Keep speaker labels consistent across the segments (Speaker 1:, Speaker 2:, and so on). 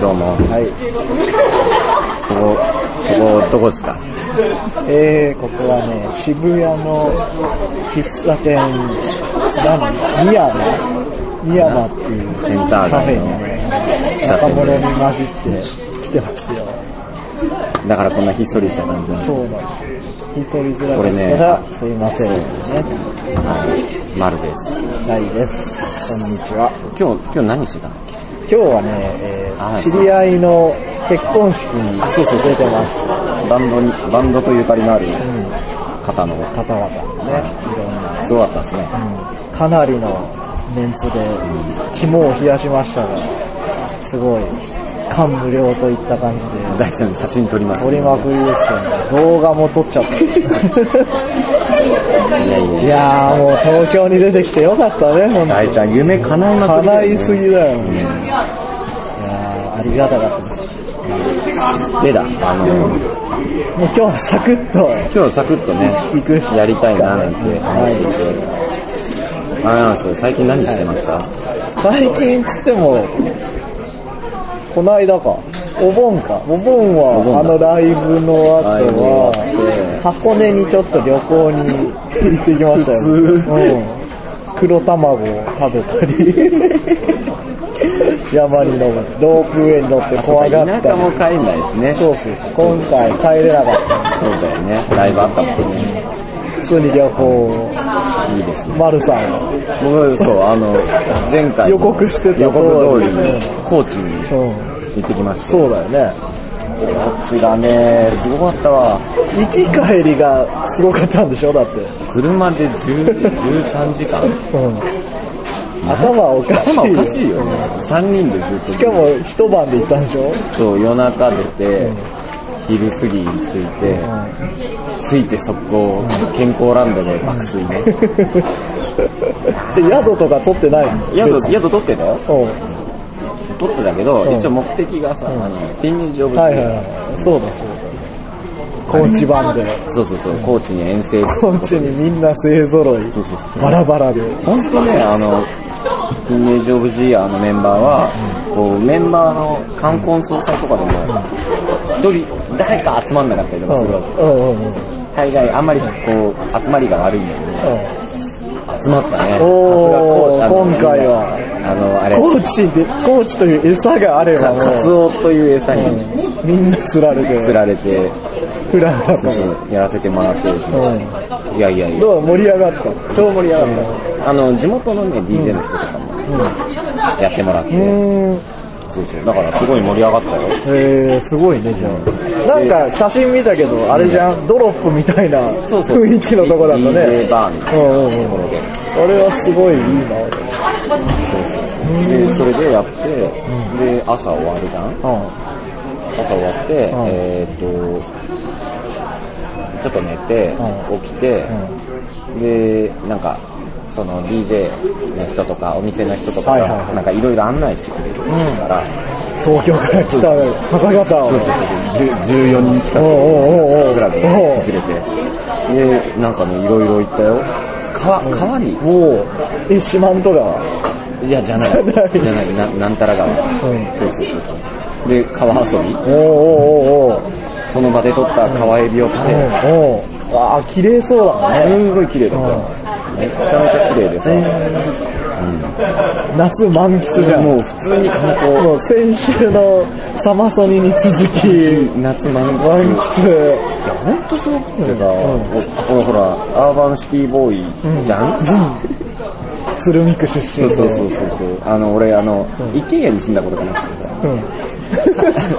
Speaker 1: どうも。
Speaker 2: はい。
Speaker 1: ここ、ここ、どこですか
Speaker 2: えー、ここはね、渋谷の喫茶店、なんミヤマ、ミヤマっていう
Speaker 1: センター街の
Speaker 2: カフェにね、
Speaker 1: 喫茶
Speaker 2: 若
Speaker 1: 店
Speaker 2: 者に混じって来てますよ。
Speaker 1: だからこんなひっそりした感じなんで
Speaker 2: そうなんです。聞い取りづら
Speaker 1: これね
Speaker 2: かったら、すいませんね。
Speaker 1: はい。丸です。
Speaker 2: ないです。こんにちは。
Speaker 1: 今日、今日何してたの
Speaker 2: 今日はね、えー
Speaker 1: はい
Speaker 2: 知り合いの結婚式に
Speaker 1: そうそう
Speaker 2: 出てました。
Speaker 1: バンドに、バンドとゆかりのある方の、
Speaker 2: 方々のね、いろんな
Speaker 1: すごかったですね。
Speaker 2: かなりのメンツで肝を冷やしましたが、すごい感無量といった感じで、
Speaker 1: 大丈夫、写真撮ります。
Speaker 2: 撮りまくりですよね。動画も撮っちゃった。
Speaker 1: いやいや
Speaker 2: いやーもう東京に出てきてよかったね、ほん
Speaker 1: 大ちゃん、夢叶いまくり
Speaker 2: 叶
Speaker 1: だよね
Speaker 2: いすぎだよ。いやーありがたかったです。
Speaker 1: でだ、あの、
Speaker 2: もう今日はサクッと
Speaker 1: 今日サクッとね、
Speaker 2: 行くし
Speaker 1: やりたいななんて思って
Speaker 2: はい
Speaker 1: て、あれなんですよ、最近何してました、
Speaker 2: 最近っつっても、この間か。お盆か。お盆
Speaker 1: お盆
Speaker 2: は、
Speaker 1: だ
Speaker 2: あのライブの後
Speaker 1: ライブが
Speaker 2: は、箱根にちょっと旅行に行ってきましたよ。うん、黒卵を食べた り、山に登って、ロープウェイに乗って怖が
Speaker 1: 田
Speaker 2: っ
Speaker 1: 舎
Speaker 2: た
Speaker 1: も
Speaker 2: り。
Speaker 1: 帰んないしね。
Speaker 2: そうそうそう。今回帰れなかった。
Speaker 1: そうだよね。ライブあったもんね。
Speaker 2: 普通に旅行、
Speaker 1: いいですね。
Speaker 2: 丸さん。
Speaker 1: 僕、そう、あの、前回の
Speaker 2: 予告してた
Speaker 1: 予告通り
Speaker 2: うん
Speaker 1: に、高知に
Speaker 2: うん。
Speaker 1: 行ってきました。
Speaker 2: そうだよね。
Speaker 1: 高知がね、すごかったわ。
Speaker 2: 行き帰りがすごかったんでしょだって。
Speaker 1: 車で10 13時間。
Speaker 2: うん、頭おかしい
Speaker 1: 頭おかしいよね。3人でずっと。
Speaker 2: しかも一晩で行ったんでしょ、
Speaker 1: そう、夜中出て、昼過ぎに着いて、着いて速攻、健康ランドで爆睡 ね。
Speaker 2: で宿とか取ってない
Speaker 1: 宿、
Speaker 2: の
Speaker 1: 宿取ってたよ。
Speaker 2: うん
Speaker 1: 取ってたけど、
Speaker 2: うん
Speaker 1: 一応目的がさ、あの、ティーンエイジオブ
Speaker 2: はいはいはいそうだそうだ高知版で
Speaker 1: そうそうそう、高知に遠征して
Speaker 2: 高知にみんな勢揃い
Speaker 1: そうそうそう。
Speaker 2: バラバラで
Speaker 1: 本当ね、あの、ティーンエイジオブジーヤーのメンバーは、こう、メンバーの冠婚葬祭とかでも、一人、誰か集まんなかったりと
Speaker 2: う
Speaker 1: か
Speaker 2: ん
Speaker 1: す
Speaker 2: う
Speaker 1: るわ
Speaker 2: んうんうんうん
Speaker 1: け。大概、あんまり、こう、集まりが悪いんだけど、集まったね。
Speaker 2: おー
Speaker 1: さすが高知
Speaker 2: 今回は。
Speaker 1: あの、あれ、
Speaker 2: 高知で高知という餌があれば
Speaker 1: か カツ
Speaker 2: もう
Speaker 1: オという餌に
Speaker 2: みんな釣られ
Speaker 1: 釣
Speaker 2: て
Speaker 1: られて、
Speaker 2: フラフラ
Speaker 1: そう
Speaker 2: と
Speaker 1: そうやらせてもらってですね。いやいやいや。
Speaker 2: どう盛り上がった
Speaker 1: 超盛り上がった。あの、地元のね、DJ の人とかも、やってもらって、
Speaker 2: うーん
Speaker 1: そうそう。だからすごい盛り上がったよ。
Speaker 2: へえー、すごいね、じゃあ。なんか、写真見たけど、あれじゃん、ドロップみたいな
Speaker 1: そうそう
Speaker 2: 雰囲気のとこだったね。
Speaker 1: DJ バーみたいな
Speaker 2: うんうん
Speaker 1: と
Speaker 2: う
Speaker 1: こ
Speaker 2: ん。
Speaker 1: ろで。
Speaker 2: あれはすごいいいな、
Speaker 1: で、それでやって、で、朝終わるじゃん
Speaker 2: 俺。
Speaker 1: 朝終わって、
Speaker 2: ん
Speaker 1: えーっと、ちょっと寝て、
Speaker 2: うん
Speaker 1: 起きて、で、なんか、その DJ の人とか、お店の人とか
Speaker 2: はい
Speaker 1: が、
Speaker 2: はいはい
Speaker 1: なんかいろいろ案内してくれるから、
Speaker 2: 東京から来た方々を
Speaker 1: そう。そうそう、10 14人近く
Speaker 2: おうおうおうおう
Speaker 1: クラブに連れて、で、なんかね、いろいろ行ったよ。川、川に、
Speaker 2: もう、え、四万十川。
Speaker 1: いや、じゃない
Speaker 2: じゃな、い
Speaker 1: じゃない、ななんたら川。
Speaker 2: うん。
Speaker 1: そうそうそうそう。で、川遊び、
Speaker 2: おうおうおうおう
Speaker 1: その場で取った川エビを食べ、
Speaker 2: おうおうあー、綺麗そうだね。
Speaker 1: すごい綺麗だったよ。めちゃめちゃ綺麗でさ、
Speaker 2: 夏満喫じゃん。
Speaker 1: もう普通に観光、
Speaker 2: もう先週のサマソニに続き、
Speaker 1: 夏満
Speaker 2: 満
Speaker 1: 喫。
Speaker 2: 喫。
Speaker 1: いや、ほんとすごくてさ、
Speaker 2: うん
Speaker 1: お俺ほら、アーバンシティボーイじゃん、
Speaker 2: 鶴見区出身
Speaker 1: そう
Speaker 2: で。
Speaker 1: そうそうそうそう。あの、俺、あの、一軒家に住んだことがなくてさ、
Speaker 2: うん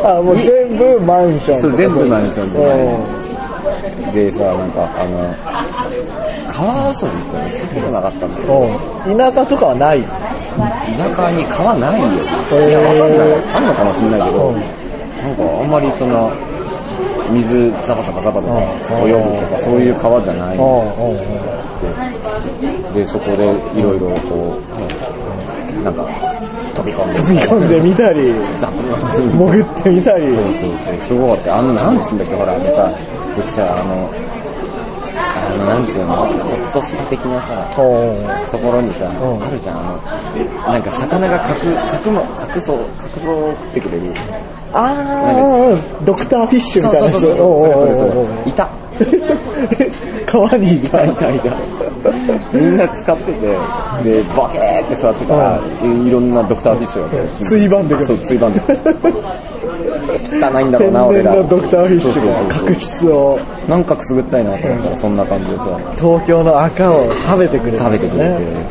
Speaker 2: あ、もう全部マンション。
Speaker 1: そう全部マンション
Speaker 2: うん
Speaker 1: でさ、なんか、あの、川遊びってしたことなかったんだけど、
Speaker 2: うん田舎とかはない。
Speaker 1: 田舎に川ないよ。
Speaker 2: へー
Speaker 1: わかんない。あんのかもしんないけど、
Speaker 2: うん
Speaker 1: なんかあんまりその、水ザバザバザバザバ
Speaker 2: うん
Speaker 1: 泳ぐとか、そういう川じゃない
Speaker 2: うん
Speaker 1: の
Speaker 2: うんうん
Speaker 1: で、そこでいろいろこう、なんか、飛び込んで。
Speaker 2: 飛び 込んでみたり、
Speaker 1: ザブーン
Speaker 2: 潜ってみたり
Speaker 1: そう。そうそう、すごかった。あの、なんつうんだっけ、ほら、あのさ、うちさ、あの、ああの、なんつうのホットスパ的なさ、
Speaker 2: ほう。
Speaker 1: ところにさ、
Speaker 2: ん
Speaker 1: あるじゃん、あの、なんか魚が隠、隠ま、隠そう、隠そうを食ってくれる。
Speaker 2: あー、ドクターフィッシュみたいなやつ。
Speaker 1: そうそう
Speaker 2: おうおう
Speaker 1: そうそれ
Speaker 2: お
Speaker 1: そう
Speaker 2: おう
Speaker 1: れそれいた。
Speaker 2: 川にい
Speaker 1: いた
Speaker 2: た。
Speaker 1: いたいた。みんな使ってて、で、ボケーって座ってたら、いろんなドクターフィッシュが
Speaker 2: ついばんでくる
Speaker 1: そう、ついばん でくる。汚いんだろ
Speaker 2: 天
Speaker 1: うな、俺
Speaker 2: 然
Speaker 1: ら。
Speaker 2: のドクターフィッシュが
Speaker 1: そうそうそう
Speaker 2: 角質を、
Speaker 1: なんかくすぐったいなと思ったら、そんな感じでさ、
Speaker 2: 東京の赤を食べてくれる、
Speaker 1: 食べてくれて
Speaker 2: ね。、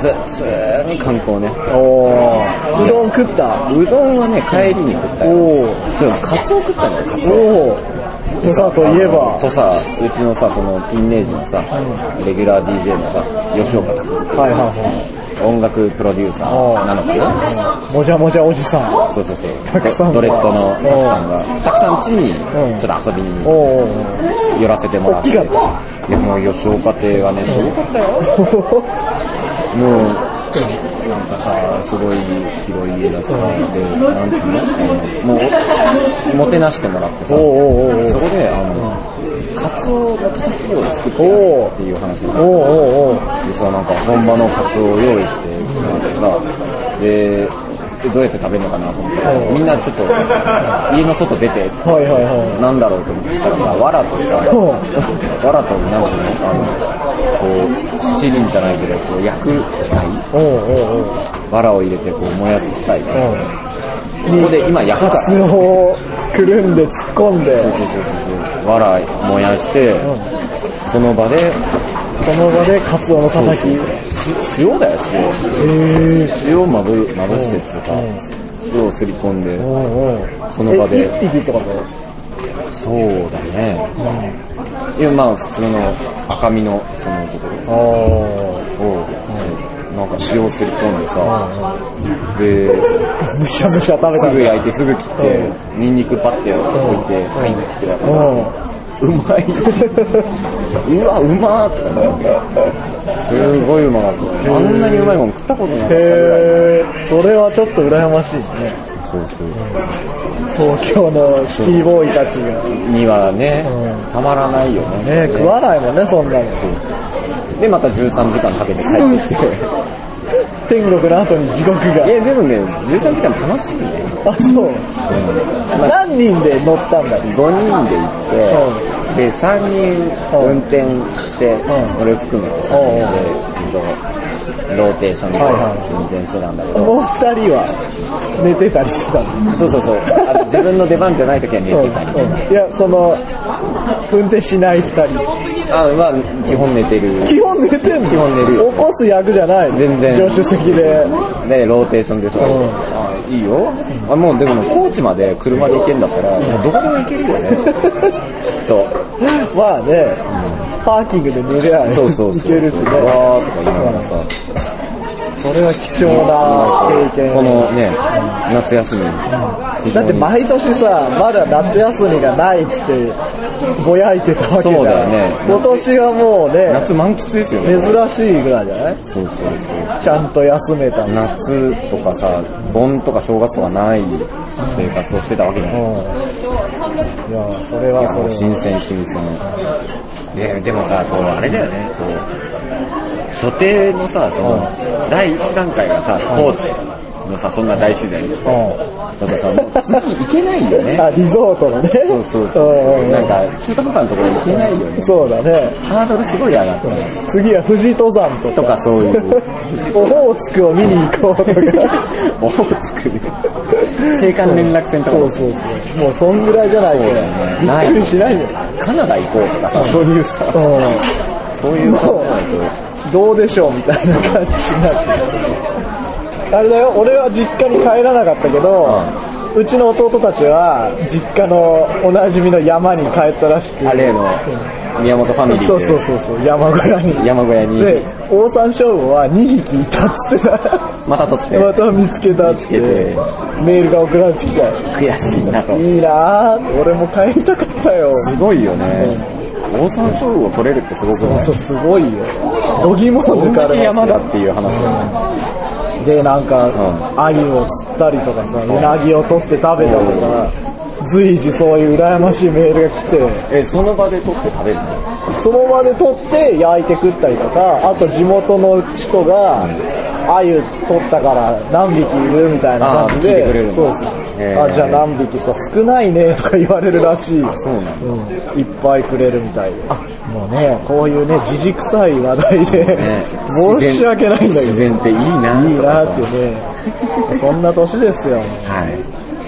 Speaker 1: 普通に観光ね。
Speaker 2: おー。うどん食った。
Speaker 1: うどんはね、帰りに食った
Speaker 2: お
Speaker 1: よ。
Speaker 2: ー。
Speaker 1: でも、カツオ食ったんだよ、カツオ。
Speaker 2: おー。土佐といえば。
Speaker 1: とさ、うちのさ、その、ピンネージのさ、レギュラー DJ のさ、吉岡拓郎っていう
Speaker 2: はいはいはい。
Speaker 1: 音楽プロデューサーなのかな
Speaker 2: もじゃもじゃおじさん。
Speaker 1: そうそうそう。
Speaker 2: たくさん
Speaker 1: ドレッドのたくさんが、たくさんうちに
Speaker 2: ん
Speaker 1: ちょっと遊びに
Speaker 2: おお。
Speaker 1: 寄らせてもらって。
Speaker 2: 大きか
Speaker 1: いやもう吉岡亭はね、すごかったよ。もう、なんかさ、すごい広い家だったで、なんていうのもう、もてなしてもらってさ、
Speaker 2: おおお
Speaker 1: そこで、あの、カツオの叩きを作ってやるっていう話にな
Speaker 2: お
Speaker 1: って
Speaker 2: おお
Speaker 1: でさ、なんか本場のカツオを用意してもらってさ、で、でどうやって食べるのかなと思ったら、みんなちょっと、家の外出て、
Speaker 2: はいはいは
Speaker 1: なんだろうと思ったらさ、わらとさ、
Speaker 2: おう
Speaker 1: わらとなんていうのあの、こう、七輪じゃないけど、こう、焼く機械
Speaker 2: い。おおおお
Speaker 1: わらを入れてこう燃やす機械が、こ
Speaker 2: に
Speaker 1: こで今焼く
Speaker 2: カ
Speaker 1: から。
Speaker 2: ツオをくるんで突っ込ん
Speaker 1: そう
Speaker 2: で、
Speaker 1: そうそうそう。わら燃やして、その場で、
Speaker 2: その場でカツオのたたき。へ
Speaker 1: し塩だよ、
Speaker 2: え。
Speaker 1: 塩。塩をまぶ、まぶしてとか、塩をすり込んで、
Speaker 2: おお
Speaker 1: その場で
Speaker 2: え、一匹ってこと
Speaker 1: そうだね。いや、まあ、普通の赤身の、そのとこ
Speaker 2: ああ。
Speaker 1: ろを、なんか塩をすり込んでさ、で、
Speaker 2: むしゃむしゃ食べた
Speaker 1: す
Speaker 2: ん
Speaker 1: ぐ
Speaker 2: だ。
Speaker 1: 焼いてすぐ切って、ニンニクパッて置いて、はいってやって
Speaker 2: う
Speaker 1: さ、うまい。うわ、うまーとかね。すごいうまかった。あんなにうまいもん食ったことない。
Speaker 2: ん。へえ。それはちょっと羨ましいですね。
Speaker 1: そうそう。
Speaker 2: 東京のシティボーイたちが。
Speaker 1: にはね
Speaker 2: う、
Speaker 1: たまらないよね。
Speaker 2: ね食わないもんね、そんなの。
Speaker 1: で、また13時間かけて帰ってきて。
Speaker 2: 天国の後に地獄が
Speaker 1: い。や、でもね、13時間楽しいね。
Speaker 2: あ、そう。
Speaker 1: まあ
Speaker 2: 何人で乗ったんだ
Speaker 1: 5人で行って、で、3人運転して、
Speaker 2: ん
Speaker 1: 俺含めて
Speaker 2: うん
Speaker 1: 3人で、ずっとローテーションで
Speaker 2: はいはい
Speaker 1: 運転してたんだけど、
Speaker 2: もう二人は寝てたりしてたの
Speaker 1: そうそうそう、あの自分の出番じゃない時は寝てたりとか
Speaker 2: うんいや、その、運転しない二人。
Speaker 1: あ、まあ、基本寝てる。
Speaker 2: 基本寝てんの
Speaker 1: 基本寝るよ
Speaker 2: 起こす役じゃない
Speaker 1: 全然
Speaker 2: 助手席で。
Speaker 1: で、ローテーションでさ、
Speaker 2: ん
Speaker 1: あいいよ。あ、もうでも、高知まで車で行けんだったら、もうどこでも行ける よね。きっと。
Speaker 2: まあね、パーキングで寝りゃ
Speaker 1: そうそうそう。
Speaker 2: いけるしね。
Speaker 1: わーとか言いながらさ、
Speaker 2: それは貴重な経験。
Speaker 1: このね、夏休み非常
Speaker 2: だって
Speaker 1: に
Speaker 2: 毎年さ、まだ夏休みがないっつって、ぼやいてたわけじゃん。
Speaker 1: そうだよね
Speaker 2: 今年はもうね、
Speaker 1: 夏満喫ですよね。
Speaker 2: 珍しいぐらいじゃない
Speaker 1: そうそうそう。
Speaker 2: ちゃんと休めたの。
Speaker 1: 夏とかさ、盆とか正月とかない生活をしてたわけじゃ
Speaker 2: う
Speaker 1: ない。
Speaker 2: ん。いや、それ
Speaker 1: いやも
Speaker 2: は
Speaker 1: う
Speaker 2: それ
Speaker 1: 新
Speaker 2: は。
Speaker 1: 鮮新鮮。で、でもさ、こう、あれだよね、こう、所定のさ、その、第一段階がさ、高知のさ、そんな大自然。だからさ、もう次行けないよね
Speaker 2: あ、。リゾートのね。
Speaker 1: そう そうそ
Speaker 2: ん
Speaker 1: う。
Speaker 2: ん
Speaker 1: なんか、中途半端なところ行けないよね。
Speaker 2: そうだね。
Speaker 1: ハードルすごい上がったね。
Speaker 2: 次は富士登山と
Speaker 1: と
Speaker 2: か、
Speaker 1: かそう いう。
Speaker 2: オホーツクを見に行こうとか。
Speaker 1: オホーツクね。青函連絡船とか
Speaker 2: そ
Speaker 1: も
Speaker 2: うそうそう。もうそんぐらいじゃないと
Speaker 1: そうだよね
Speaker 2: びっくりしないのよ。
Speaker 1: カナダ行こうとかさ、そういうさ、
Speaker 2: う
Speaker 1: そういうことじゃないと。
Speaker 2: ん。どうでしょうみたいな感じになって。あれだよ、俺は実家に帰らなかったけど、うちの弟たちは実家のおなじみの山に帰ったらしく。
Speaker 1: あれの、宮本ファミリーで。
Speaker 2: そうそうそうそう、山小屋に。
Speaker 1: 山小屋に
Speaker 2: で、オオサンショウウオは2匹いたっつってた。
Speaker 1: またとって、
Speaker 2: また見つけたっつって
Speaker 1: 見つけて、
Speaker 2: メールが送られてきた。
Speaker 1: 悔しいなと。
Speaker 2: いいなぁ、俺も帰りたかったよ。
Speaker 1: すごいよね。オオサンショウウオ取れるってすごくない
Speaker 2: そう、すごいよ。どぎも
Speaker 1: ど
Speaker 2: 抜
Speaker 1: ん
Speaker 2: か
Speaker 1: だけ
Speaker 2: れま
Speaker 1: 山
Speaker 2: す
Speaker 1: だ
Speaker 2: よ
Speaker 1: っていう話だよね。
Speaker 2: で、なんか、
Speaker 1: ん
Speaker 2: 鮎を釣ったりとかさ、うなぎを取って食べたとか、随時そういう羨ましいメールが来て、
Speaker 1: え、その場で取って食べるの
Speaker 2: その場で取って焼いて食ったりとか、あと地元の人が、アユ取ったから何匹いるみたいな感じ
Speaker 1: あー聞い
Speaker 2: で
Speaker 1: てくれるん、だ
Speaker 2: そうです
Speaker 1: へー
Speaker 2: あ、じゃあ何匹か少ないねとか言われるらしい。
Speaker 1: あそうなん
Speaker 2: うん、いっぱいくれるみたいで。もうね、こういうね、じじくさい話題で、
Speaker 1: ね
Speaker 2: 申し訳ないんだけ
Speaker 1: 自
Speaker 2: ど、いい
Speaker 1: 然っていいなぁと
Speaker 2: な
Speaker 1: か
Speaker 2: ーってね、そんな年ですよ。
Speaker 1: は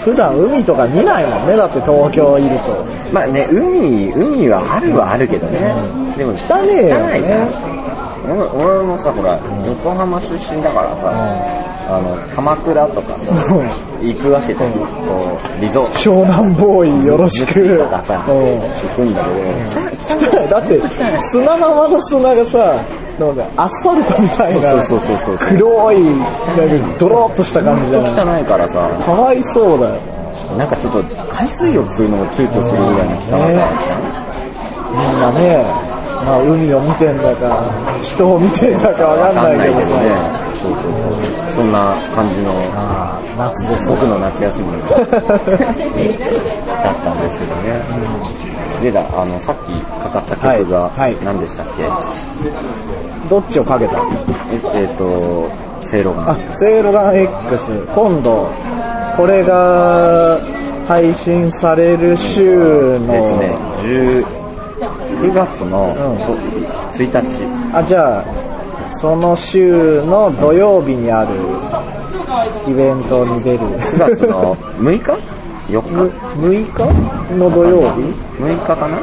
Speaker 2: 普段海とか見ないもんね、だって東京いると。
Speaker 1: い。まあね、海、海はあるはあるけどね。でも汚
Speaker 2: 汚ねえよ
Speaker 1: 汚いじゃん
Speaker 2: ね。
Speaker 1: 俺俺もさ、ほら、横浜出身だからさ、あの、鎌倉とかさ、行くわけじゃん。こう、リゾート。
Speaker 2: 湘南ボーイよろしく。
Speaker 1: とかさ、
Speaker 2: うん
Speaker 1: 行くんだけど、
Speaker 2: だって、砂浜の砂がさ、なんだ、アスファルトみたいな、
Speaker 1: そうそうそうそう
Speaker 2: 黒い、なんかドローっとした感じじゃない
Speaker 1: 汚いからさ、
Speaker 2: かわいそうだよ。
Speaker 1: なんかちょっと海水浴するのも躊躇するぐらいの汚さあ
Speaker 2: みんなね、まあ海を見てんだか、人を見てんだかわ
Speaker 1: るじゃん。わか
Speaker 2: かん
Speaker 1: ん
Speaker 2: な
Speaker 1: ないいけ
Speaker 2: けど
Speaker 1: ど
Speaker 2: さ、
Speaker 1: ね。そうそうそう。そんな感じの、
Speaker 2: あー夏です。
Speaker 1: 僕の夏休みだったんですけどね。でだ、あの、さっきかかった曲が
Speaker 2: はいはい
Speaker 1: 何でしたっけ、
Speaker 2: どっちをかけた
Speaker 1: ええっと、セイロガ
Speaker 2: あ
Speaker 1: ン。、
Speaker 2: セイロガン X、今度、これが配信される週
Speaker 1: えっとね
Speaker 2: の、、
Speaker 1: 10 9月の
Speaker 2: うん
Speaker 1: 1日、
Speaker 2: あ、じゃあ、その週の土曜日にあるイベントに出 る。
Speaker 1: 9月の6日 ?4 日
Speaker 2: 6日の土曜日
Speaker 1: ?6 日かな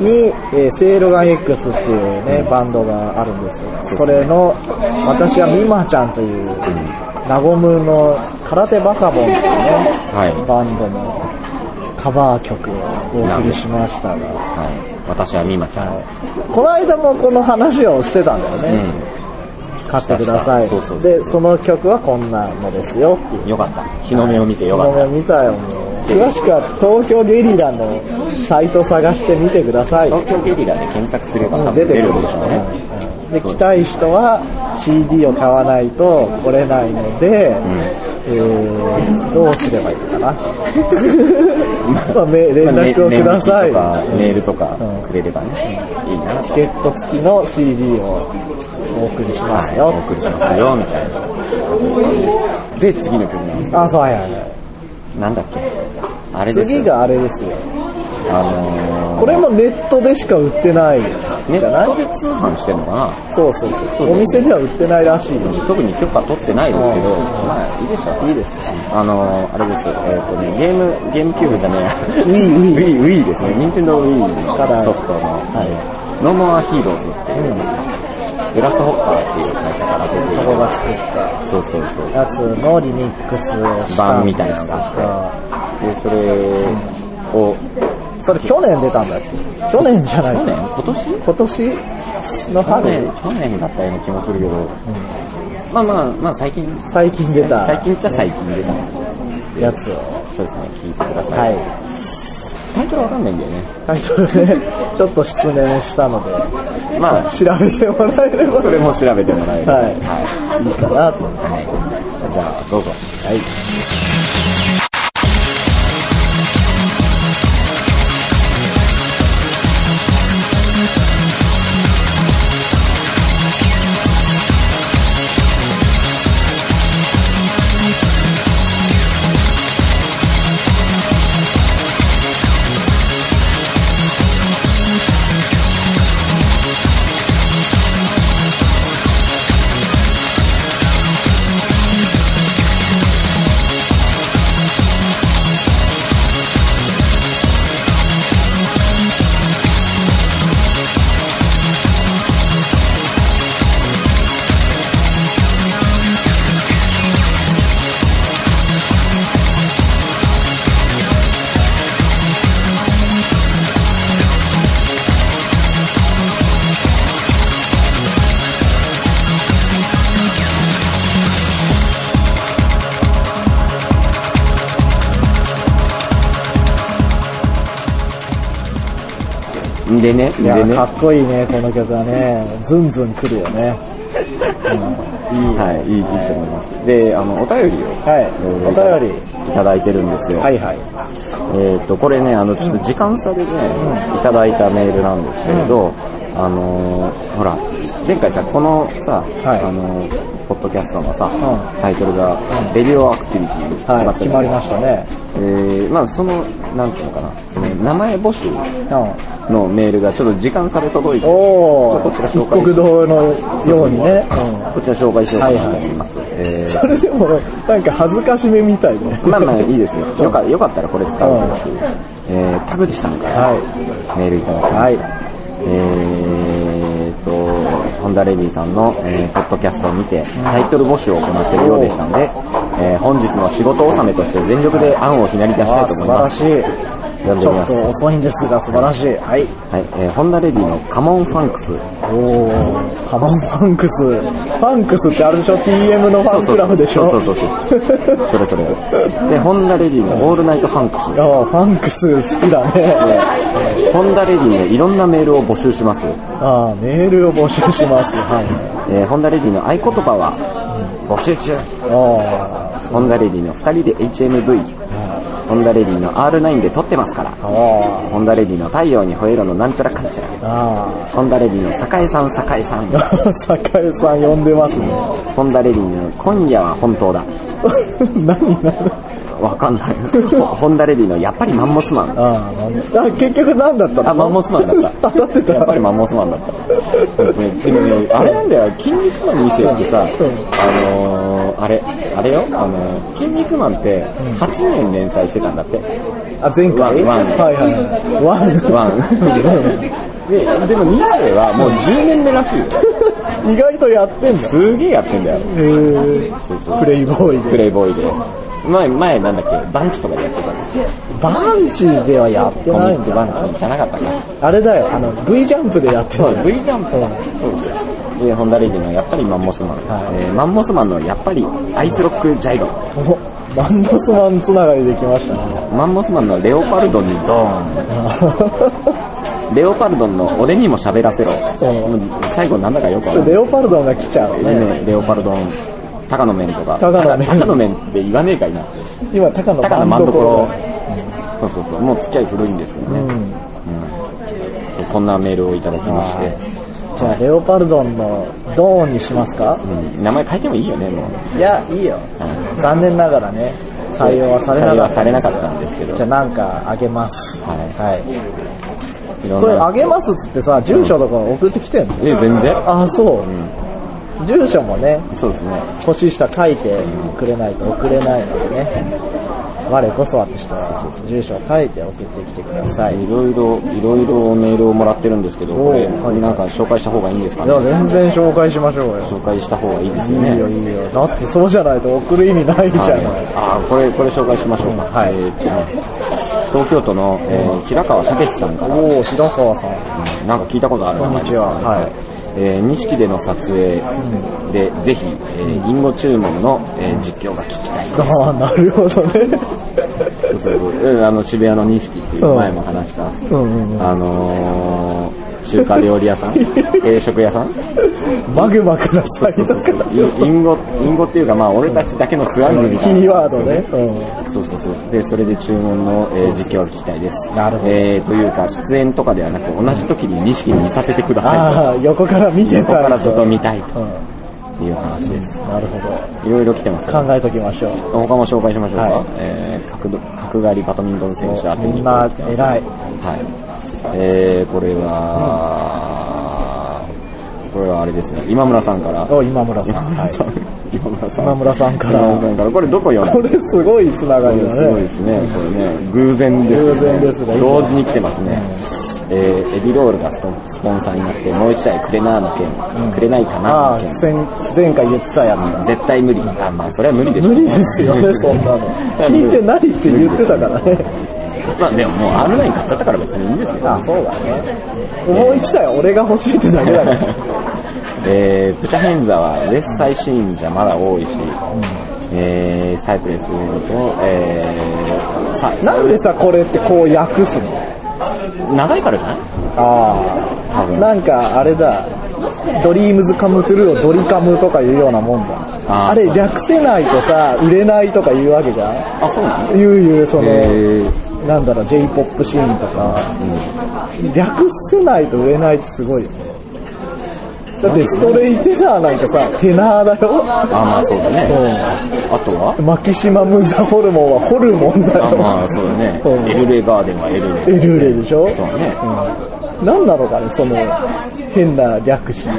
Speaker 2: に、えーセイロガン X っていうね、バンドがあるんですよ。それの、私はミマちゃんという、ナゴムの空手バカボンっていうね、
Speaker 1: はい。
Speaker 2: バンドのカバー曲をお送りしましたが、
Speaker 1: はい。私はミマちゃん。
Speaker 2: この間もこの話をしてたんだよね。買ってください。
Speaker 1: そうそう
Speaker 2: で、その曲はこんなのですよっていう
Speaker 1: うん。よかった。日の目を見てよか
Speaker 2: ご
Speaker 1: っ
Speaker 2: めん、見たよ、もう詳しくは東京ゲリラのサイト探してみてください。
Speaker 1: た。東京ゲリラで検索すれば多
Speaker 2: うん
Speaker 1: 分
Speaker 2: 出
Speaker 1: 出
Speaker 2: てく
Speaker 1: るん
Speaker 2: るで
Speaker 1: で
Speaker 2: し
Speaker 1: し
Speaker 2: ょ
Speaker 1: ょ
Speaker 2: う
Speaker 1: う
Speaker 2: ね
Speaker 1: ね。。
Speaker 2: うんで、来たい人は CD を買わないと来れないので、えー、どうすればいいのかな。 まあ、め連絡をください。
Speaker 1: まあねメールとか、メールと
Speaker 2: うん
Speaker 1: かくれればね。いいな
Speaker 2: チケット付きの CD をお送りしますよ
Speaker 1: お。送りしますよ、みたいな。で、次の曲なんです
Speaker 2: あ、そうや、ね。
Speaker 1: なんだっけあれですよ
Speaker 2: 次。があれですよ。
Speaker 1: あのー、
Speaker 2: これもネットでしか売ってない
Speaker 1: ネ
Speaker 2: じゃな
Speaker 1: ットで
Speaker 2: い
Speaker 1: 通販してんのか
Speaker 2: そうそうそ。
Speaker 1: そうう
Speaker 2: お店では売ってないらしいよ。
Speaker 1: な特に許可取ってないですけど、
Speaker 2: うん
Speaker 1: まあ、いいでしょう。
Speaker 2: いいですよ。
Speaker 1: あのー、あれです。えっ、とね、ゲーム、ゲームキューブじゃねえや。
Speaker 2: ウィーウ
Speaker 1: Wii、Wii
Speaker 2: ィー。
Speaker 1: ですね。Nintendo Wii の
Speaker 2: から
Speaker 1: ソフトの、
Speaker 2: は
Speaker 1: ノーモアヒーローズっていう、グラスホッカーっていう会社から出てい
Speaker 2: こ
Speaker 1: る
Speaker 2: こが作った
Speaker 1: そうそう
Speaker 2: やつのリミックスをした。
Speaker 1: 版みたいなのがあそう。で、それを、
Speaker 2: うんそれ去年出たんだっけ去年じゃない
Speaker 1: 去年今年
Speaker 2: 今年の
Speaker 1: 去
Speaker 2: 春
Speaker 1: 年、去年だったような気もするけど、まあまあ、まあ最近、
Speaker 2: 最近出た
Speaker 1: 最近っちゃ最近出た
Speaker 2: やつを。
Speaker 1: そうですね、聞いてくださ。
Speaker 2: はいい。
Speaker 1: タイトルわかんないんだよね。
Speaker 2: タイトルね、ちょっと失念したので、
Speaker 1: まあ、
Speaker 2: 調べてもらえれば
Speaker 1: それも調べてもらえる。
Speaker 2: はい
Speaker 1: はい
Speaker 2: いかなと。
Speaker 1: はい。じゃあ、どうぞ。はい。でね、
Speaker 2: い
Speaker 1: で
Speaker 2: や、
Speaker 1: ね
Speaker 2: か。っこいいね、この曲はね。ズンズン来るよね。いい
Speaker 1: はい、いい、いいと思います。で、あの、お便りを、
Speaker 2: はい
Speaker 1: えー
Speaker 2: お便
Speaker 1: いただいてるんですよ。
Speaker 2: はいはい。
Speaker 1: えっと、これね、あの、ちょっと時間差でね、いただいたメールなんですけれど、あのー、ほら、前回さ、このさ、
Speaker 2: はい
Speaker 1: あのー、ポッドキャストのさ、
Speaker 2: ん
Speaker 1: タイトルが、レディオアクティビティに決まったじゃない
Speaker 2: はい、決まりましたね。
Speaker 1: えー、まあその、なんつうのかな、その名前募集
Speaker 2: う
Speaker 1: のメールがちょっと時間差で届い
Speaker 2: ん。
Speaker 1: て、
Speaker 2: お
Speaker 1: ちょっとこちら
Speaker 2: ー、
Speaker 1: 紹
Speaker 2: 一
Speaker 1: 介
Speaker 2: 国堂のようにね。うん
Speaker 1: こちら紹介しようかなと思います。えー
Speaker 2: それでも、なんか恥ずかしめみたいね。
Speaker 1: まあまあいいですよ。よかよかったらこれ使うので、えー、田口さんから
Speaker 2: は
Speaker 1: メールいただきま
Speaker 2: はい
Speaker 1: した。えーと、ホンダレディさんの、えー、ポッドキャストを見て、タイトル募集を行っているようでしたので、えー、本日の仕事納めとして全力で案をひなり出したい
Speaker 2: あ
Speaker 1: と
Speaker 2: ー
Speaker 1: 思い
Speaker 2: 素晴
Speaker 1: ま
Speaker 2: ら
Speaker 1: す。
Speaker 2: しい。
Speaker 1: 読んで
Speaker 2: ち
Speaker 1: み
Speaker 2: ょ
Speaker 1: ま
Speaker 2: っ
Speaker 1: す。
Speaker 2: と遅いんですが、素晴らしい。はい。
Speaker 1: はい、えー、ホンダレディのカモンファンクス
Speaker 2: おー、カモンファンクス。ファンクスってあれでしょ ?TM のファンクラブでしょ
Speaker 1: そうそうそうそう。それそれ。で、ホンダレディのオールナイトファンクス。
Speaker 2: あーファンクス好きだね。
Speaker 1: ホンダレディのいろんなメールを募集します。
Speaker 2: ああ、メールを募集します。はい。
Speaker 1: えー、ホンダレディの合言葉は、募集中。
Speaker 2: ああ、
Speaker 1: ホンダレディの2人で HMV。ホンダレディの R9 で撮ってますから。
Speaker 2: あ
Speaker 1: ホンダレディの太陽に吠えろのなんちゃらかんちゃら。
Speaker 2: あ、あ
Speaker 1: ホンダレディの栄さん栄さん。
Speaker 2: あ。 酒井さん呼んでますね。
Speaker 1: ホンダレディの今夜は本当だ。
Speaker 2: 何何
Speaker 1: わかんない。 ほホンダレディのやっぱりマンモスマン。
Speaker 2: ああ、なんだあ結局何だったの
Speaker 1: あ、マンモスマンだった。
Speaker 2: 当たってた
Speaker 1: やっぱりマンモスマンだった。本当にでもね、あれなんだよ、筋肉マン見せってさ、あのー、あれ、あれよ、あのー、筋肉マンって8年連載してたんだって。
Speaker 2: あ、前回
Speaker 1: ワンワン
Speaker 2: はいはいはい。ワ
Speaker 1: ワン。
Speaker 2: ン。
Speaker 1: で、でも2世はもう10年目らしいよ。
Speaker 2: 意外とやってんだ。
Speaker 1: すげえやってんだよ。
Speaker 2: へープレイボーイ
Speaker 1: プ
Speaker 2: で。
Speaker 1: レイボーイで。前、前なんだっけ、バンチとかでやってたんですよ。
Speaker 2: バンジーではやって
Speaker 1: コミ
Speaker 2: ない
Speaker 1: ッ
Speaker 2: ん
Speaker 1: クバン
Speaker 2: だ。
Speaker 1: チじゃなかったか。
Speaker 2: あれだよ、あの、V ジャンプでやって
Speaker 1: そう
Speaker 2: ない。、
Speaker 1: V ジャンプだ。そうですよ。で、ホンダレディのやっぱりマンモスマン。
Speaker 2: はい
Speaker 1: えーマンモスマンのやっぱりアイクロックジャイロ。
Speaker 2: おマンモスマンつながりできましたね。
Speaker 1: マンモスマンのレオパルドにドーン。レオパルドンの俺にも喋らせろ。
Speaker 2: ん
Speaker 1: 最後なんだかよくわ
Speaker 2: ち
Speaker 1: か
Speaker 2: ょ
Speaker 1: んない
Speaker 2: レ。オパルドンが来ちゃうね。
Speaker 1: ねレオパルドン、高野面とか。
Speaker 2: 高野面
Speaker 1: 高野面って言わねえかいな。
Speaker 2: 今、高野
Speaker 1: 高野
Speaker 2: マ
Speaker 1: マ
Speaker 2: ン
Speaker 1: ン
Speaker 2: ド
Speaker 1: ド
Speaker 2: コ
Speaker 1: コ
Speaker 2: ロ
Speaker 1: ロ。。そうそうそう、もう付き合い古いんですけどね。
Speaker 2: うん
Speaker 1: うんこんなメールをいただきまして。
Speaker 2: じゃあ、レオパルドンのドーンにしますか
Speaker 1: うん名前変えてもいいよね、もう。
Speaker 2: いや、いいよ
Speaker 1: う。
Speaker 2: 残念ながらね、採用はされな
Speaker 1: 採用
Speaker 2: か
Speaker 1: は
Speaker 2: っ
Speaker 1: さ
Speaker 2: た。
Speaker 1: れなかったんですけど。
Speaker 2: じゃあなんかあげます。
Speaker 1: はい
Speaker 2: はい。
Speaker 1: いろん
Speaker 2: これ
Speaker 1: な
Speaker 2: あげますっつってさ、住所とか送ってきてんの
Speaker 1: え、全然
Speaker 2: あ、そう
Speaker 1: う。ん。
Speaker 2: 住所もね、
Speaker 1: そうですね。
Speaker 2: 欲しい人は書いてくれないと送れないのでね。我こそはって人は、住所を書いて送ってきてください。
Speaker 1: いろいろ、いろいろメールをもらってるんですけど、これ、
Speaker 2: おー
Speaker 1: なんか紹介した方がいいんですか
Speaker 2: じゃあ
Speaker 1: ね。
Speaker 2: 全然紹介しましょうよ。
Speaker 1: 紹介した方がいいです
Speaker 2: い
Speaker 1: よ
Speaker 2: い
Speaker 1: ね。
Speaker 2: よいいよ。だってそうじゃないと送る意味ないじゃん。
Speaker 1: はいあーこれ、これ紹介しましょうか。はい。えーっとね、東京都の、えー平川武さんから、
Speaker 2: おお白川さん。
Speaker 1: なんか聞いたことある名前ですね
Speaker 2: こんにちははい。
Speaker 1: えー、錦での撮影で、ぜひ、えー、インゴ注文の、えー実況が聞きたいです。
Speaker 2: ああ、なるほどね。
Speaker 1: そうそうそううんあの、渋谷の錦っていう前も話した、
Speaker 2: うんうんうん
Speaker 1: あのー、中華料理屋 さん定食屋さん
Speaker 2: マグマくださいと
Speaker 1: そうそう
Speaker 2: か。
Speaker 1: インゴ、インゴっていうか、まあ、俺たちだけのスワングみ
Speaker 2: キ
Speaker 1: たい
Speaker 2: ー
Speaker 1: な。
Speaker 2: ワードね。う
Speaker 1: そうそうそう。で、それで注文の、えー実況を聞きたいです。
Speaker 2: なるほど
Speaker 1: えー、というか、出演とかではなく、同じ時に錦にいさせてくだ
Speaker 2: ん。
Speaker 1: さ
Speaker 2: ああ、横から見
Speaker 1: いと。
Speaker 2: て
Speaker 1: ここ
Speaker 2: た
Speaker 1: かららずっと見たい
Speaker 2: うん。
Speaker 1: という話です。
Speaker 2: なるほど。
Speaker 1: いろいろ来てます。
Speaker 2: 考えときましょう。
Speaker 1: 他も紹介しましょうか。
Speaker 2: はい
Speaker 1: えー、角度角刈りバドミントン選手当て
Speaker 2: み
Speaker 1: に
Speaker 2: んな
Speaker 1: 来てます
Speaker 2: 偉い。
Speaker 1: はい。えー、これは、これはあれですね。今村さんから。
Speaker 2: お、今村さん。はい。
Speaker 1: 今村さん。
Speaker 2: 今村さんから
Speaker 1: 今村さんから。これどこよ
Speaker 2: これすごいつながり
Speaker 1: す
Speaker 2: だ
Speaker 1: ごい
Speaker 2: ね
Speaker 1: で。すね。これね、偶然ですね。
Speaker 2: 偶然ですね
Speaker 1: 同時に来てますね。えー、エビロールがスポンスポンサーになって、もう一台くれなーの件、くれないか
Speaker 2: あ
Speaker 1: なーの
Speaker 2: あ
Speaker 1: 件、。
Speaker 2: 先前回言ってたやつだ。
Speaker 1: 絶対無理。あ、まあ、それは無理でしょう
Speaker 2: 無
Speaker 1: ね。
Speaker 2: 理ですよね、そん なの。聞いてないって言ってたからね。
Speaker 1: まあ、でももう R9 買っちゃったから別にいいんですよ。
Speaker 2: あ、そうだね。もう一台俺が欲しいってだけだから。
Speaker 1: えー、プチャヘンザは、ウェッサイシーンじゃまだ多いし、えー、サイプレスと、えー、さ、
Speaker 2: なんでさ、これってこう訳すの
Speaker 1: 長いからじゃない
Speaker 2: あ
Speaker 1: 多
Speaker 2: あ。
Speaker 1: 分。
Speaker 2: なんか、あれだ。ドリームズカムトゥルーをドリカムとか言うようなもんだ。
Speaker 1: あー
Speaker 2: あれ略せないとさ、売れないとか言うわけじゃん
Speaker 1: あ、そうなの
Speaker 2: 言う言う、そ
Speaker 1: へ
Speaker 2: の
Speaker 1: ー、
Speaker 2: なんだろう、J-POP シーンとか、略せないと売れないってすごいよね。だってストレイテナーなんかさ、テナーだよ。
Speaker 1: あ、まあそうだね。
Speaker 2: う
Speaker 1: あとは
Speaker 2: マキシマムザホルモンはホルモンだ
Speaker 1: あ、まあそう
Speaker 2: よ。
Speaker 1: だね
Speaker 2: うん。
Speaker 1: エルレガーデンはエルレ。
Speaker 2: エルレでしょ
Speaker 1: そうだね。
Speaker 2: なんなのかね、その、変な略詞。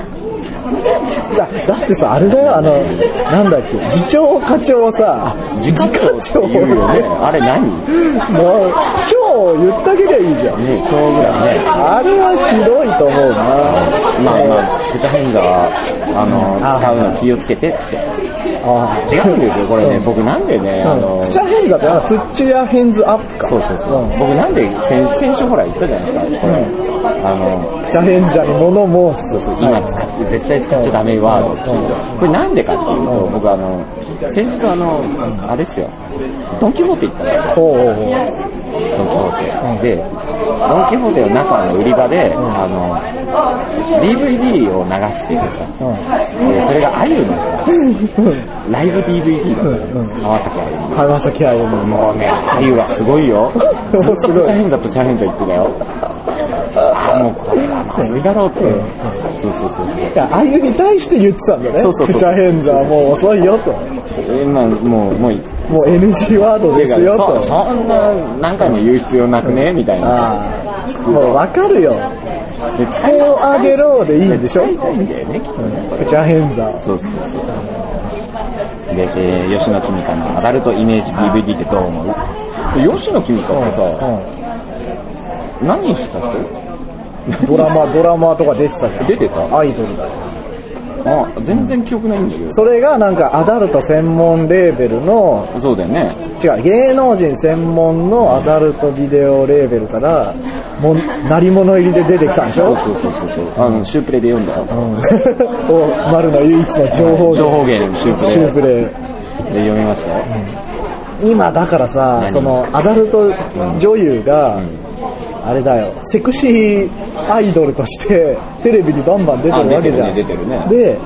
Speaker 2: だだってさ、あれだよ、あの、なんだっけ、次長課長をさ、
Speaker 1: 自家長って言うよね。あれ何
Speaker 2: もう、超言ったけりゃいいじゃん。
Speaker 1: ね、今日ぐらいね。
Speaker 2: あれはひどいと思うな。
Speaker 1: まあまあ、ヘタヘンザは、あの、
Speaker 2: あ
Speaker 1: 使うの気をつけてって。
Speaker 2: あ
Speaker 1: 違うんですよ、これね。
Speaker 2: うん
Speaker 1: 僕なんでね、あの
Speaker 2: プ、チャヘンザってあの、プッチュアヘンズアップか。
Speaker 1: そうそうそう。
Speaker 2: ん
Speaker 1: 僕なんで先、先週ほら言ったじゃないですか、これ。あの、
Speaker 2: プチャヘンザのものも、
Speaker 1: 今使って、絶対使っちゃダメワードっていう。これなんでかっていうと、僕あの、先日あの、あれですよ、ドンキホーテ行ったんですよ。
Speaker 2: おうおうおう
Speaker 1: ドン・キホーテ。で、ドン・キホーテの中の売り場で、あの、DVD を流しててさ、でそれがあゆのさ、ライブ DVD だったのよ、川崎あゆの。
Speaker 2: 浜崎あゆみも。
Speaker 1: もうね、あゆはすごいよ。ずっとプチャヘンザプチャヘンザ言ってたよ。あーもうこれはまずいだろうって。そうそうそうそう。
Speaker 2: いや、あゆに対して言ってたんだね。
Speaker 1: そうそうそう
Speaker 2: プチャヘンザはもう遅いよと。
Speaker 1: えまあ、もう、もういい。
Speaker 2: もう NG ワードですよ
Speaker 1: そ
Speaker 2: と。
Speaker 1: そんな何回も言う必要なくねみたいな。
Speaker 2: ああ、もうわかるよ。
Speaker 1: で使い
Speaker 2: 手をあげろでいいんでしょ
Speaker 1: 使いたいんだよね、きっとね。
Speaker 2: プチャヘンザ。
Speaker 1: そうそうそう。で、えー、吉野きみかのアダルトイメージ DVD ってどう思う吉野きみかってさ、何したっ
Speaker 2: うんドラマ、ドラマとか出てたじゃ
Speaker 1: け
Speaker 2: ん。
Speaker 1: 出てたあ
Speaker 2: アイドルだよ。
Speaker 1: 全然記憶ないんだけど。
Speaker 2: それがなんかアダルト専門レーベルの、
Speaker 1: そうだよね。
Speaker 2: 違う、芸能人専門のアダルトビデオレーベルから、も、なり物入りで出てきたんでし
Speaker 1: そ
Speaker 2: ょ
Speaker 1: うそうそうそうそう。あの、シュープレイで読んだよ。
Speaker 2: うん。 お、丸の唯一の情報
Speaker 1: 情報源シュープレイ。
Speaker 2: シュープレイ。
Speaker 1: で読みましたよ。
Speaker 2: 今だからさ、
Speaker 1: 何
Speaker 2: そのアダルト女優が、あれだよ、セクシーアイドルとしてテレビにバンバン出てるわけじゃ
Speaker 1: あ
Speaker 2: ん。
Speaker 1: 出てるね出て
Speaker 2: で、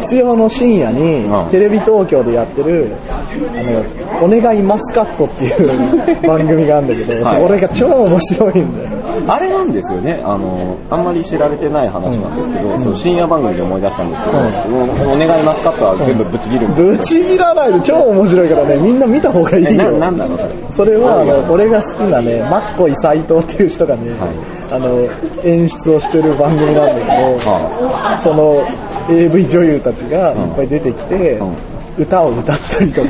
Speaker 2: 月曜の深夜に
Speaker 1: うん
Speaker 2: テレビ東京でやってる、あの、お願いマスカットっ ていう番組があるんだけど、
Speaker 1: はい
Speaker 2: それが超面白いんだよ。
Speaker 1: あれなんですよね、あの、あんまり知られてない話なんですけど、その深夜番組で思い出したんですけど、おお願いますかとは全部ぶち切るんですよ
Speaker 2: ぶち切らないで超面白いからね、みんな見た方がいい
Speaker 1: え、な、
Speaker 2: よ。
Speaker 1: なんなのそれ。
Speaker 2: それは、あ
Speaker 1: 何
Speaker 2: の、俺が好きなね、マッコイ斎藤っていう人がね、
Speaker 1: はい
Speaker 2: あの、演出をしてる番組なんだけど、
Speaker 1: は
Speaker 2: その AV 女優たちがいっぱい出てきて、
Speaker 1: うん
Speaker 2: 歌を歌ったりと か、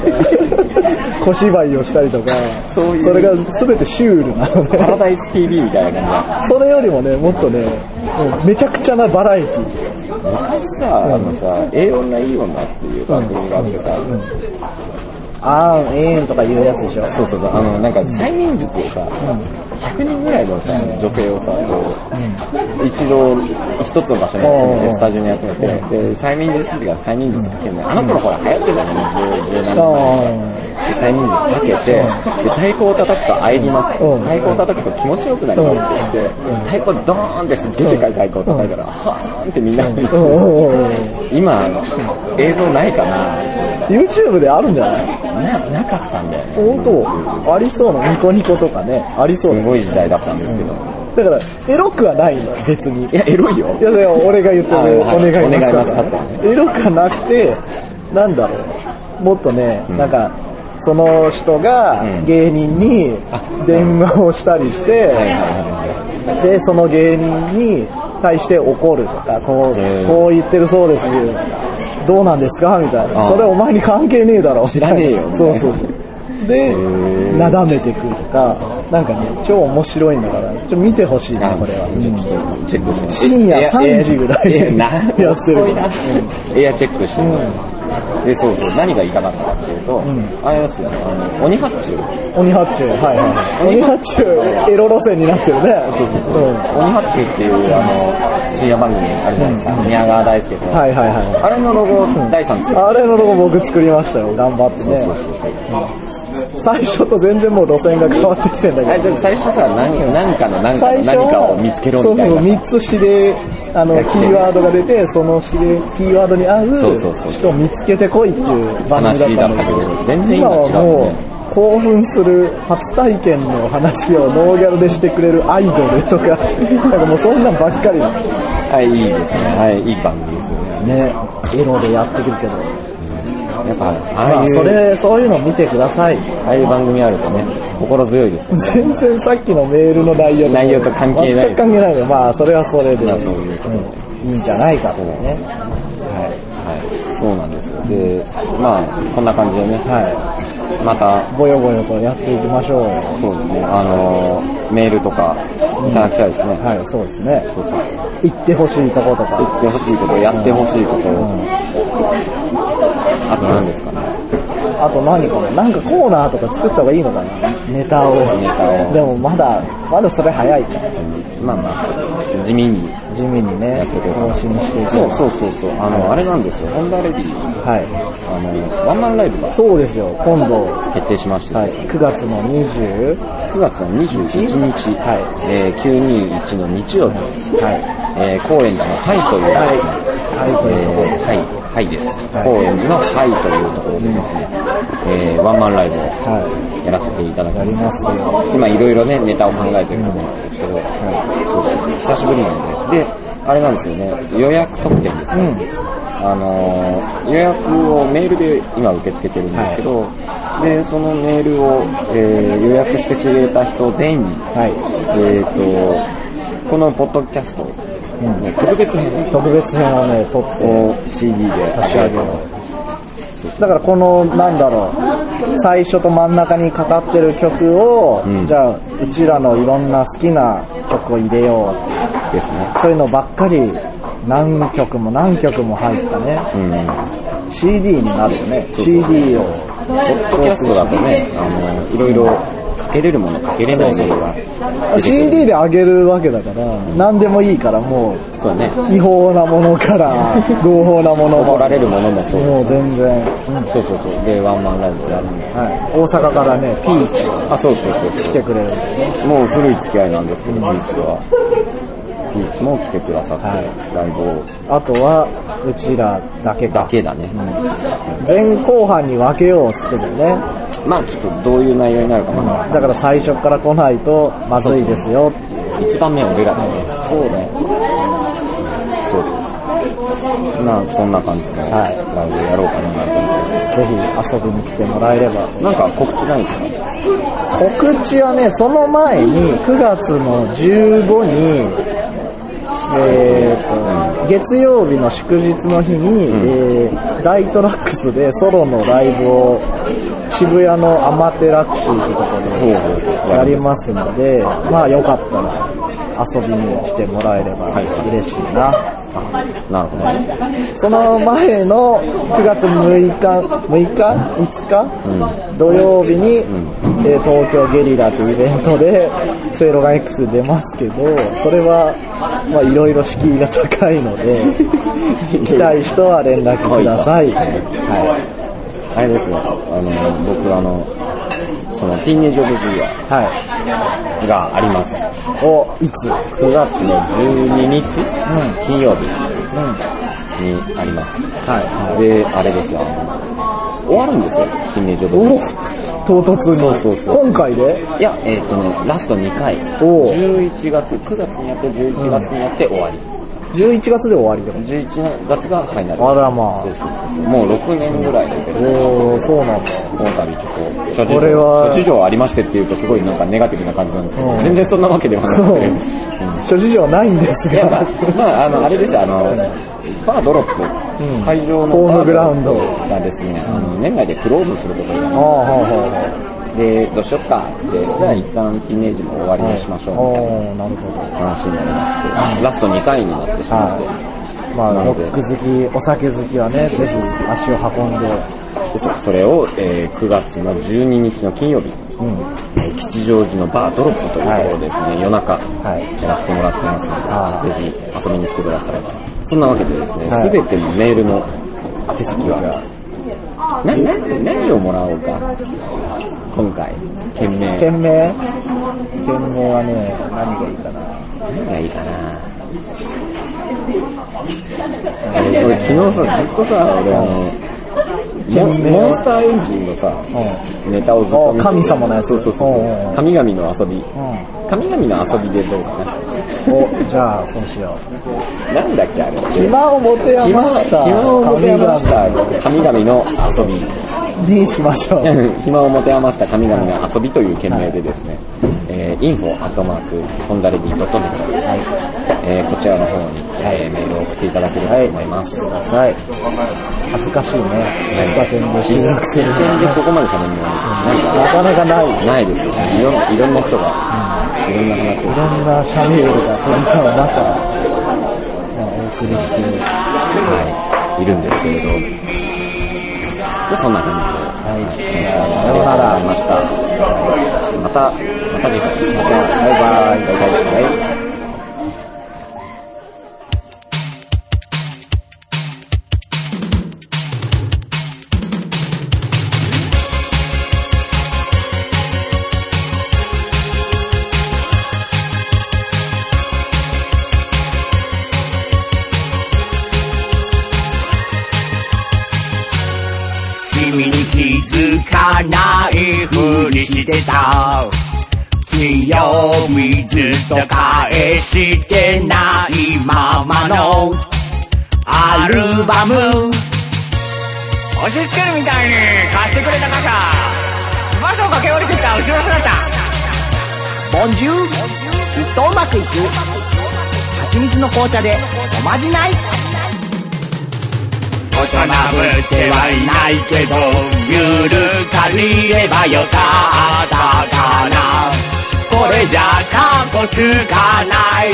Speaker 2: 小芝居をしたりとか、
Speaker 1: そういう
Speaker 2: れが全てシュールなの
Speaker 1: パラ
Speaker 2: ね。
Speaker 1: ダイス TV みたいな感じで。
Speaker 2: それよりもね、もっとね、もうめちゃくちゃなバラエティ
Speaker 1: 昔さ、あのさ、ええ女いい女っていう番組があってさ、
Speaker 2: あーん、えーんとか言うやつでしょ。
Speaker 1: そうそうそう、あの、なんか、催眠術をさ、100人ぐらいのさ、女性をさ、こう、一度、一つの場所に集め
Speaker 2: う
Speaker 1: て、
Speaker 2: ん
Speaker 1: スタジオに集めて、で、催眠術師が催眠術かけるの。あの頃ほら、流行ってたのね、十十何年前。で催眠術かけて、で、太鼓を叩くとあえぎます。
Speaker 2: うん
Speaker 1: 太鼓を叩くと気持ちよくなりますって言って、太鼓ドーンってすっげえでかい太鼓を叩いたら、はーンってみんな、
Speaker 2: うんうんうんうん
Speaker 1: 今、あの、映像ないかな
Speaker 2: YouTube であるんじゃない
Speaker 1: な、なかったんだよね。
Speaker 2: 本当ありそうな、ニコニコとかね、ありそう
Speaker 1: す
Speaker 2: な。
Speaker 1: ごい時代だったんですけど。
Speaker 2: だから、エロくはないの、別に。
Speaker 1: いや、エロいよ。
Speaker 2: いや、だから俺が言ってる
Speaker 1: あはい
Speaker 2: お願い
Speaker 1: お願い
Speaker 2: ま
Speaker 1: ますす
Speaker 2: か
Speaker 1: からら
Speaker 2: ねエロくはなくて、なんだろう。もっとね、なんか、その人が
Speaker 1: うん
Speaker 2: 芸人に電話をしたりし
Speaker 1: は
Speaker 2: て、
Speaker 1: いはいはい
Speaker 2: で、その芸人に対して怒るとか、こう、
Speaker 1: へー
Speaker 2: こう言ってるそうですみたいな。どうなんですかみたいな。
Speaker 1: あー
Speaker 2: それお前に関係ねえだろ。みた
Speaker 1: 知ら
Speaker 2: いな
Speaker 1: ねえよみたい
Speaker 2: そう
Speaker 1: な
Speaker 2: そうそう。で
Speaker 1: ー、
Speaker 2: なだめてくるとか、なんかね、超面白いんだから、ちょっと見てほしいね、
Speaker 1: あ
Speaker 2: これは。
Speaker 1: ちょっとチェックして
Speaker 2: 深夜
Speaker 1: エア
Speaker 2: 3時ぐらいに
Speaker 1: エアな
Speaker 2: やってる
Speaker 1: すごいなエアチェックしてるで、そうそう、何がいかなかったかっていうと、あれですよね、あの、鬼発注。
Speaker 2: 鬼発注、はいはい。鬼発注、エロ路線になってるね。そうそうそう。ん、は
Speaker 1: 鬼発注っていう、あの、深夜番組あるじゃないですか、宮川大輔と。
Speaker 2: いはいは
Speaker 1: あれのロゴを第3作
Speaker 2: い。あれのロゴ僕作りましたよ、頑張ってね。最初と全然もう路線が変わってきてんだ
Speaker 1: あ
Speaker 2: け
Speaker 1: れ
Speaker 2: ど。
Speaker 1: でも最初さ、何何かの何か
Speaker 2: 最
Speaker 1: の
Speaker 2: 初
Speaker 1: 何か
Speaker 2: は
Speaker 1: を見つけろみたいな。
Speaker 2: そうそう、3つ指令あの、キーワードが出て、そのキーワードに合
Speaker 1: そうそうそう
Speaker 2: う人を見つけてこいっていう番組だった
Speaker 1: 話だっ
Speaker 2: んだけ
Speaker 1: たけ
Speaker 2: ど
Speaker 1: ど、全然
Speaker 2: 今
Speaker 1: 今違うね
Speaker 2: はもう、興奮する初体験の話をノーギャルでしてくれるアイドルとか、なんかもうそんなんばっかりだ。
Speaker 1: はい、いいですね。はい、いい番組ですよね。
Speaker 2: ね、エロでやってくるけど。
Speaker 1: やっぱ、あ
Speaker 2: ま
Speaker 1: あ
Speaker 2: あ
Speaker 1: い、う、
Speaker 2: それ、そういうの見てください。
Speaker 1: ああいう番組あるとね、心強いですよね。
Speaker 2: 全然さっきのメールの内容
Speaker 1: 内容と関係ない
Speaker 2: 全く関係ないよ。まあ、それはそれで。
Speaker 1: まあそういうこと
Speaker 2: うんいいんじゃないかとね。は
Speaker 1: はい、そうなんですよ。で、まあ、こんな感じでね、
Speaker 2: い。は
Speaker 1: また
Speaker 2: い。、ぼよぼよとやっていきましょうよ。
Speaker 1: そうですね、あのーメールとかいただきたいですね。
Speaker 2: はい、そうですね。
Speaker 1: そうそう
Speaker 2: 行ってほしいとことか。
Speaker 1: 言ってほしいこと、やってほしいこと、
Speaker 2: うん
Speaker 1: あと何ですかね。
Speaker 2: あと何かななんかコーナーとか作った方がいいのかなネタを。
Speaker 1: タを
Speaker 2: でもまだ、まだそれ早いか
Speaker 1: まあまあ、地味に
Speaker 2: 地味に
Speaker 1: や
Speaker 2: ね
Speaker 1: っていこ、うか
Speaker 2: 更
Speaker 1: な
Speaker 2: 新していく。
Speaker 1: そうそうそうそう、あの、あれなんですよ、ホンダレディ、
Speaker 2: は
Speaker 1: あの、ワンマンライブが
Speaker 2: い。そうですよ、今度、
Speaker 1: 決定しまして、
Speaker 2: はい、9月の 20?
Speaker 1: 9月の21日、
Speaker 2: は
Speaker 1: えー921の日曜日、
Speaker 2: はい。
Speaker 1: えー高円寺のハイという、
Speaker 2: はい。
Speaker 1: えー
Speaker 2: はい、ということで。
Speaker 1: はい、はいです。
Speaker 2: はい
Speaker 1: 高円寺のはいというところでですね、えーワンマンライブを
Speaker 2: は
Speaker 1: やらせていただき
Speaker 2: い。やり
Speaker 1: ま
Speaker 2: ますよ。
Speaker 1: す。今いろいろね、ネタを考えてるところなんですけど、そうそう久しぶりなんで。で、あれなんですよね、予約特典ですね。あのー予約をメールで今受け付けてるんですけど、で、そのメールを、えー予約してくれた人全員に、
Speaker 2: はい。
Speaker 1: えーと、このポッドキャスト、の特別編
Speaker 2: 特別編をね、撮って。
Speaker 1: を CD で差し上げます。
Speaker 2: だからこの、なんだろう、最初と真ん中にかかってる曲を、
Speaker 1: うん
Speaker 2: じゃあ、うちらのいろんな好きな曲を入れよう。
Speaker 1: ですね。
Speaker 2: そういうのばっかり、何曲も何曲も入ったね。
Speaker 1: うん。
Speaker 2: CD になるよね。
Speaker 1: そうそう
Speaker 2: CD を。
Speaker 1: ポッドキャストだとね、あの、いろいろかけれるもの、かけれないものが出てくる。
Speaker 2: CD で上げるわけだから、何でもいいから、もう、
Speaker 1: そうだね。
Speaker 2: 違法なものから、 合法なもの
Speaker 1: 怒ら
Speaker 2: まで。
Speaker 1: れるものもそう。
Speaker 2: もう全然。うん
Speaker 1: そうそうそう。で、ワンマンライブをやるね。
Speaker 2: はい、大阪からね、ピーチが
Speaker 1: あ、そうそうそう
Speaker 2: 来てくれるんでね。
Speaker 1: もう古い付き合いなんですけど、ピーチは。ピーチも来てくださって、
Speaker 2: は
Speaker 1: ライブを。
Speaker 2: あとは、うちらだけ
Speaker 1: だ
Speaker 2: か。
Speaker 1: けだね。
Speaker 2: 前後半に分けようを作るね。
Speaker 1: まあちょっとどういう内容になるかまだわかんない
Speaker 2: だから最初から来ないとまずいですよっていう。
Speaker 1: 一番目は俺らだね。そうだよ。そうそう。まあそんな感じで、
Speaker 2: はい
Speaker 1: ライブやろうかなと思って
Speaker 2: ぜひ遊びに来てもらえれ
Speaker 1: ま
Speaker 2: ば。
Speaker 1: す。なんか告知ないですか
Speaker 2: 告知はね、その前に、9月の15に、えーと、月曜日の祝日の日に、えー、大トラックスでソロのライブを渋谷のアマテラクシーってとこで
Speaker 1: ほうほう
Speaker 2: やりますので、まあよかったら遊びに来てもらえれば
Speaker 1: はい
Speaker 2: 嬉しいな。
Speaker 1: なるほどね。
Speaker 2: その前の9月6日、6日 ?5 日、土曜日に、えー東京ゲリラというイベントで、セイロガン X 出ますけど、それは、まあいろいろ敷居が高いの で、行きたい人は連絡ください。
Speaker 1: はい。あれですよ、あの、僕あの、その、ティーンエイジオブジーヤ
Speaker 2: は
Speaker 1: があります。
Speaker 2: い。を、いつ
Speaker 1: 9月の12日、
Speaker 2: う
Speaker 1: 金曜日
Speaker 2: うん。は
Speaker 1: にあります。
Speaker 2: い。はい
Speaker 1: で、あれですよ、あの、終わるんですよ、ティーンエイジオブジー
Speaker 2: お
Speaker 1: ヤ。
Speaker 2: 唐突に。
Speaker 1: そうそうそう
Speaker 2: 今回で
Speaker 1: いや、えっ、とね、ラスト2回。
Speaker 2: おう
Speaker 1: 11月、9月にやって、11月にやって終わり。
Speaker 2: ?11 月で終わりでも。
Speaker 1: 11月がファイナル。
Speaker 2: あらまあ
Speaker 1: そうそうそうもう6年ぐらいだけど、
Speaker 2: おー、そうなんだ。
Speaker 1: 今回ちょっと、諸事
Speaker 2: これは
Speaker 1: 情、諸事情ありましてって言うとすごいなんかネガティブな感じなんですけ
Speaker 2: う
Speaker 1: ど、
Speaker 2: ん
Speaker 1: 全然そんなわけではなくて。う
Speaker 2: う
Speaker 1: んん
Speaker 2: 諸事情ないんです
Speaker 1: いや、ま
Speaker 2: が
Speaker 1: あ。、まあ、あの、あれですよ、あの、バードロップ、
Speaker 2: うん
Speaker 1: 会場の
Speaker 2: ホー
Speaker 1: バ
Speaker 2: ムグラウンド
Speaker 1: がですね、あの、年内でクローズすることにな
Speaker 2: あ
Speaker 1: り
Speaker 2: あ、はいはいはい。
Speaker 1: ます。で、どうしよっかって、じゃあ一旦ティーンエイジも終わりにしましょうみたいな。
Speaker 2: おー、なるほど。
Speaker 1: 話になりまして、ラスト2回になってしまって、
Speaker 2: はい。まあ、
Speaker 1: な
Speaker 2: ロ
Speaker 1: ので
Speaker 2: ック好き、お酒好きはね、ぜひ足を運んで、
Speaker 1: そうそれを、えー9月の12日の金曜日、
Speaker 2: うん。
Speaker 1: えー吉祥寺のバードロップというところですね、夜中、
Speaker 2: はい
Speaker 1: やらせてもらって
Speaker 2: は
Speaker 1: ま
Speaker 2: い
Speaker 1: すので、ぜひ遊びに来てください。そんなわけでですね、
Speaker 2: はい
Speaker 1: すべてのメールの宛先は、な、な、何をもらおうか、今回、件名。
Speaker 2: 件名件名はね、何がいいかな。
Speaker 1: 何がいいかな俺昨日さ、ずっとさ、俺あの、モンモンスターエンジンのさ、ネタをずっと見て
Speaker 2: お神様のやつ
Speaker 1: そうそう
Speaker 2: お
Speaker 1: そう
Speaker 2: おう
Speaker 1: う。神々の遊び。
Speaker 2: う
Speaker 1: 神々の遊びでどうかな。
Speaker 2: ん。お、じゃあ、そうしよう。
Speaker 1: なんだっけあれ。
Speaker 2: 暇を持て余した。
Speaker 1: 暇を持て余した神々の遊 び。
Speaker 2: 神々にしましょう。
Speaker 1: 暇を持て余した神々の遊びという件名でですね、えー、info アットマーク、ホンダレディドットです。えー、こちらの方に、えー、メールを送っていただければと思います。はい。
Speaker 2: はい。恥ずかしいね。喫茶店で収録するの
Speaker 1: 点でここまで喋るのは、
Speaker 2: なかなかない。い
Speaker 1: なんか、ないですよね。いろんいろんな人が、いろんな話を。
Speaker 2: ろんなシャネルが飛び交う中、まあお送りして、
Speaker 1: はい、いるんですけれど。で、そんな感
Speaker 2: はい。
Speaker 1: じで。さようなら。ありがとうございました。また、また次回。また、バイバイ。バイバイ。はい
Speaker 3: 君に気づかないふりしてた。強みずっと返してないままのアルバム。押し付けるみたいに買ってくれた傘。場所を駆け下りてきた後ろ姿。ボンジュール。きっとうまくいく。蜂蜜の紅茶でおまじない。大人ぶってはいないけど、ゆるかりればよかったかな。これじゃかっこつかない。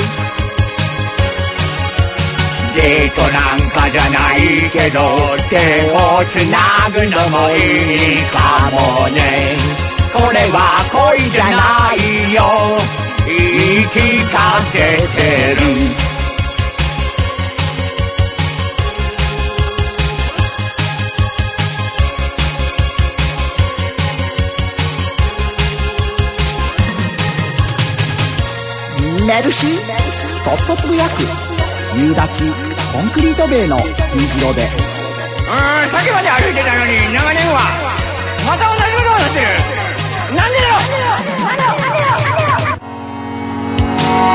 Speaker 3: デートなんかじゃないけど、手をつなぐのもいいかもね。これは恋じゃないよ。言い聞かせてる。
Speaker 4: 寝るし、そっとつぶやく。夕立、コンクリート塀の虹色で。
Speaker 3: うーん、さっきまで歩いてたのに、長年は。また同じことを話してる。なんでだろう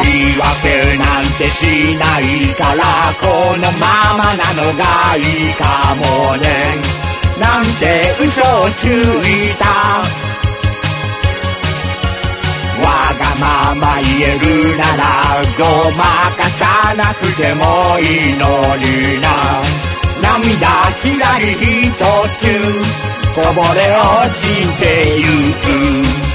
Speaker 3: 言い訳なんてしないから、このままなのがいいかもね。なんて嘘をついた。わがまま言えるならごまかさなくてもいいのにな涙きらりひとつこぼれ落ちてゆく